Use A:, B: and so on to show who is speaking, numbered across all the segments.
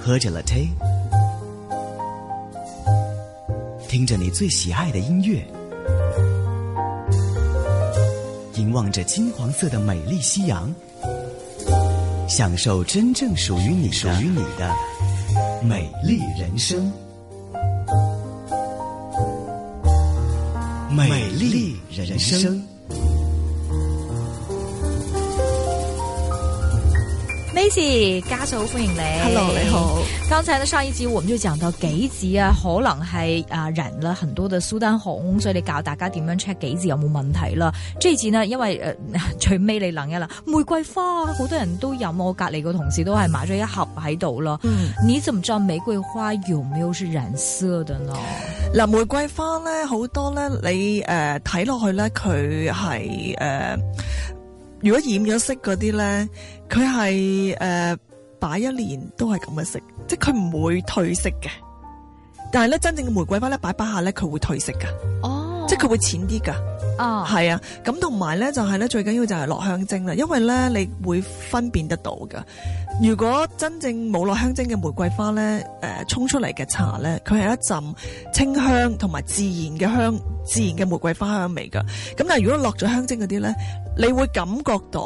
A: 喝着 latte，听着你最喜爱的音乐，凝望着金黄色的美丽夕阳，享受真正属于你、属于你的美丽人生。美丽人生。
B: Macy 家嫂歡迎你。
C: Hello，你好。
B: 剛才呢，上一集我們就講到杞子啊，可能係啊染了很多的蘇丹紅，所以你教大家點樣 check 杞子有冇問題啦。呢次呢，因為誒、呃、 最尾你諗一啦，玫瑰花好多人都飲，我隔離個同事都係買咗一盒喺度啦。
C: 嗯，
B: 你怎麼知道玫瑰花有沒有是染色的呢？
C: 嗱，玫瑰花咧好多咧，你誒睇落去咧，佢係誒，如果染咗色嗰啲咧，佢係誒擺一年都係咁嘅色，即係佢唔會褪色嘅。但係咧，真正嘅玫瑰花咧，擺擺下咧，佢會褪色噶，
B: 哦
C: 即係佢會淺啲噶。
B: 啊，
C: 係啊，咁同埋咧就係咧最緊要就係落香精啦，因為咧你會分辨得到噶。如果真正冇落香精嘅玫瑰花咧，誒、沖出嚟嘅茶咧，佢係一陣清香同埋自然嘅香、自然嘅玫瑰花香味噶。咁但係如果落咗香精嗰啲咧，你會感覺到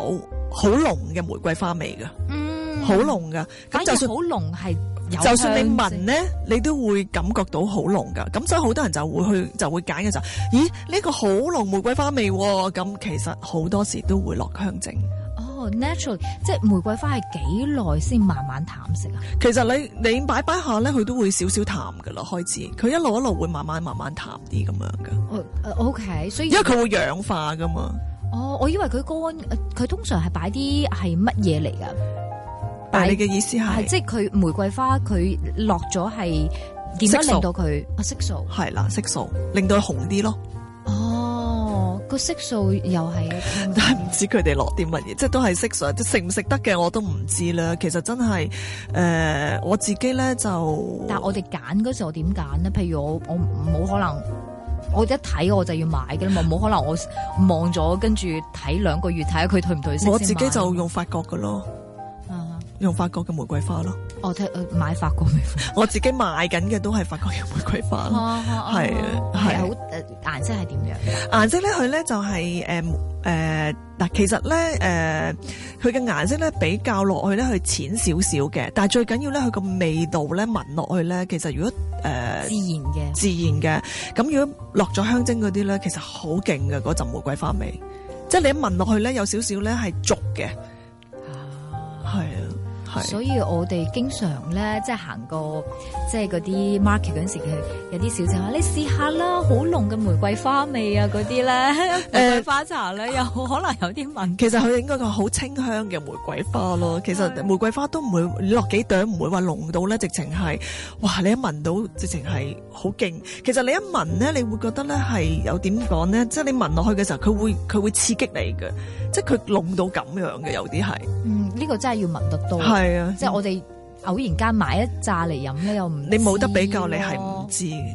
C: 好濃嘅玫瑰花味噶，
B: 嗯
C: 好，濃噶。
B: 反
C: 咁
B: 而
C: 就
B: 好
C: 算
B: 濃係有
C: 就算你
B: 香
C: 聞
B: 精
C: 咧，你都會感覺到好濃噶。咁所以好多人就會去就會揀嘅就，咦呢、個好濃玫瑰花味喎、咁其實好多時都會落香精。
B: 哦，natural，即係玫瑰花係幾耐先慢慢淡色啊？
C: 其實你你擺擺下咧，佢都會少少淡噶啦，開始佢一路一路會慢慢慢慢淡啲咁樣噶，
B: 哦呃，OK，所以
C: 因為佢會氧化噶嘛。
B: 哦，我以為佢乾，呃佢通常係擺啲係乜嘢嚟㗎？
C: 但係你嘅意思
B: 係
C: 係
B: 即係佢玫瑰花佢落咗係點
C: 色
B: 樣
C: 素
B: 令到佢啊色素？
C: 係啦，色素令到佢紅啲咯，
B: 哦，個色素又係一種
C: 但係唔知佢哋落啲乜嘢，即係都係色素，即係食唔食得嘅我都唔知啦。其實真係誒、呃我自己咧就，
B: 但我哋揀嗰時我點揀咧？譬如我我冇可能，我一睇我就要買嘅啦嘛，冇可能我望咗跟住睇兩個月睇下佢退唔退色先買。
C: 我自己就用法國嘅咯，
B: 啊
C: 用法國嘅玫瑰花咯。
B: 我睇呃買法 國玫瑰
C: 我自己賣緊嘅都係法國嘅玫瑰花咯。
B: 花，
C: 係
B: 啊
C: 啊
B: 係
C: 係
B: 好誒顏色係點樣？
C: 顏色咧，佢咧就係誒嗯誒嗱，其實咧誒，佢嘅顏色咧比較落去咧，佢淺少少嘅，但係最緊要咧，佢個味道咧聞落去咧，其實如果誒、呃
B: 自然嘅
C: 自然嘅，咁如果落咗香精嗰啲咧，其實好勁嘅嗰陣玫瑰花味，即係你一聞落去咧，有少少咧係濁嘅，
B: 啊。
C: 係啊，係。
B: 所以我哋經常咧，即係行過即係嗰啲 market 嗰陣時，佢有啲小姐話：你試下啦，好濃嘅玫瑰花味啊，嗰啲咧玫瑰花茶咧，有可能有啲問題。
C: 其實佢應該個好清香嘅玫瑰花咯，其
B: 嗯
C: 實玫瑰花都唔會你落幾朵，唔會話濃到咧，直情係哇！你一聞到直情係好勁。其實你一聞咧，你會覺得咧係有點講咧，即係你聞落去嘅時候，佢會佢會刺激你嘅，即係佢濃到咁樣嘅，有啲係
B: 嗯，呢個真係要聞得多，
C: 係啊，
B: 哦即係我哋偶然間買一扎嚟飲咧，又唔
C: 你冇得
B: 知啊
C: 比較，你係
B: 咯
C: 唔知嘅。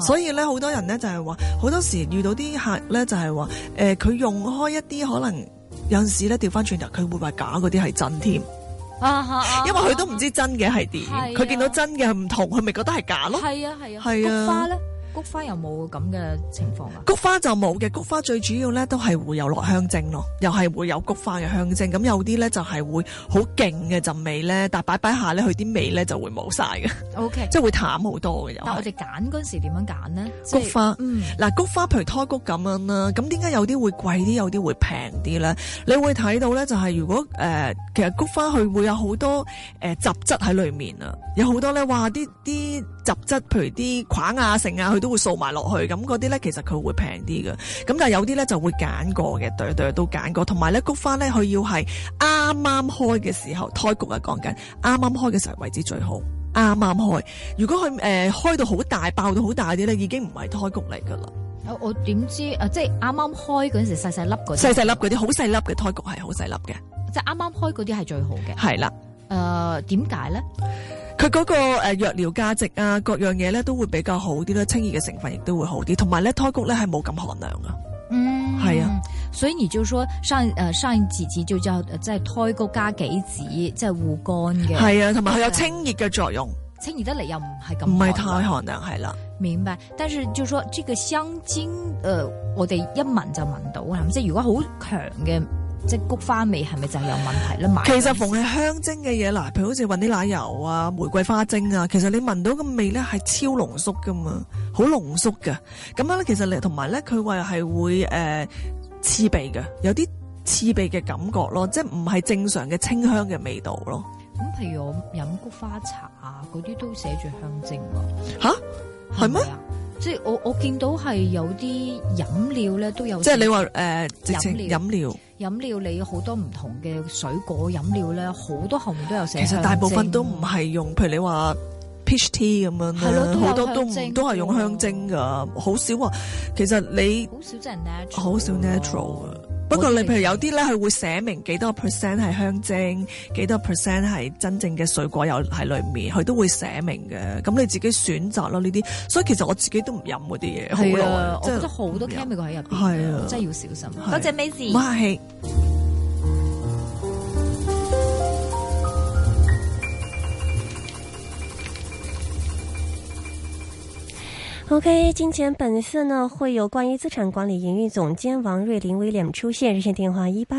B: 嚇
C: 所以咧，好多人咧就係話，好多時遇到啲客咧就係話，誒、佢用開一啲可能有陣時咧調翻轉頭，佢會話假嗰啲係真添。
B: 啊嚇啊
C: 因為佢都唔知真嘅係點
B: 係啊，
C: 佢見到真嘅唔同，佢咪覺得係假咯。
B: 係啊係啊，
C: 係啊
B: 菊花咧，菊花有冇咁嘅情況啊？
C: 菊花就冇嘅，菊花最主要咧都係會有落香精咯，又係會有菊花嘅香精。咁有啲咧就係會好勁嘅陣味咧，但擺擺下咧佢啲味咧就會冇晒嘅，
B: O K，
C: 即係會淡好多嘅又
B: 但我
C: 係。
B: 哋揀嗰陣時點樣揀咧？即係
C: 菊花
B: 嗯，
C: 嗱，菊花譬如胎菊咁樣啦，咁點解有啲會貴啲，有啲會平啲咧？你會睇到咧，就係如果誒、呃其實菊花佢會有好多誒雜質喺裏面啊，有好多咧，哇！啲啲雜質，譬如啲框啊、剩啊，佢都會掃埋落去，咁嗰啲咧其實佢會平啲嘅。咁但係有啲咧就會揀過嘅，對對都揀過，同埋咧菊花咧佢要係啱啱開嘅時候，胎菊啊講緊啱啱開嘅時候為止最好。啱啱開，如果佢誒、呃、開到好大、爆到好大啲咧，已經唔係胎菊嚟㗎啦。
B: 哦我我點知啊？即係啱啱開嗰陣時細細粒嗰
C: 細
B: 啲，
C: 細粒嗰啲，好細粒嘅胎菊係好細粒嘅，
B: 即係啱啱開嗰啲係最好嘅。
C: 係啦。
B: 誒點解咧？
C: 佢嗰、個誒藥療價值啊，各樣嘢咧都會比較好啲啦，清熱嘅成分亦都會好啲，同埋咧胎菊咧係冇咁寒涼啊。
B: 嗯
C: 係啊。
B: 所以你就說上呃上幾集就叫呃即係胎菊加杞子，即係護肝嘅，
C: 係啊，同埋佢有清熱嘅作用，
B: 清熱得嚟又唔係咁
C: 唔係
B: 寒
C: 太寒涼，係啦。
B: 明白，但是就說這個香精，誒、呃，我哋一聞就聞到啦，即係如果好強嘅，即係菊花味，係咪就有問題咧？買
C: 其實逢係香精嘅嘢，嗱，譬如好似雲啲奶油啊、玫瑰花精啊，其實你聞到個味咧係超濃縮噶嘛，好濃縮嘅。咁樣咧，其實你同埋咧，佢話係會誒、呃刺鼻嘅，有啲刺鼻嘅感覺咯，即係唔係正常嘅清香嘅味道咯。
B: 咁譬如我飲菊花茶啊，嗰啲都寫住香精喎，
C: 吓，係咩
B: 咪啊？即係我我見到係有啲飲料咧都有，
C: 即係你話誒、呃直情
B: 飲料
C: 飲料，
B: 飲料你好多唔同嘅水果飲料咧，好多後面都有寫
C: 其
B: 香精。
C: 實大部分都唔係用，譬如你話 peach tea 咁樣
B: 係咯
C: 啦，
B: 都有
C: 好多都
B: 香精
C: 唔都係用
B: 㗎
C: 香精噶，好少啊。其實你
B: 好少真係 natural，
C: 好少 natural 啊。不過你譬如有啲咧，佢會寫明幾多 percent 係香精，幾多 percent 係真正嘅水果油喺裏面，佢都會寫明嘅。咁你自己選擇咯呢啲。所以其實我自己都唔飲嗰啲嘢，好
B: 係
C: 耐
B: 啊
C: 啊，，
B: 我覺得好多 chemical 喺入邊
C: 係
B: 嘅
C: 啊，
B: 真係要小心。
C: 係
B: 多謝 Maisy
C: 唔係。
D: OK，金钱本色呢会有关于资产管理营运总监王瑞林 William 出现，热线电话一八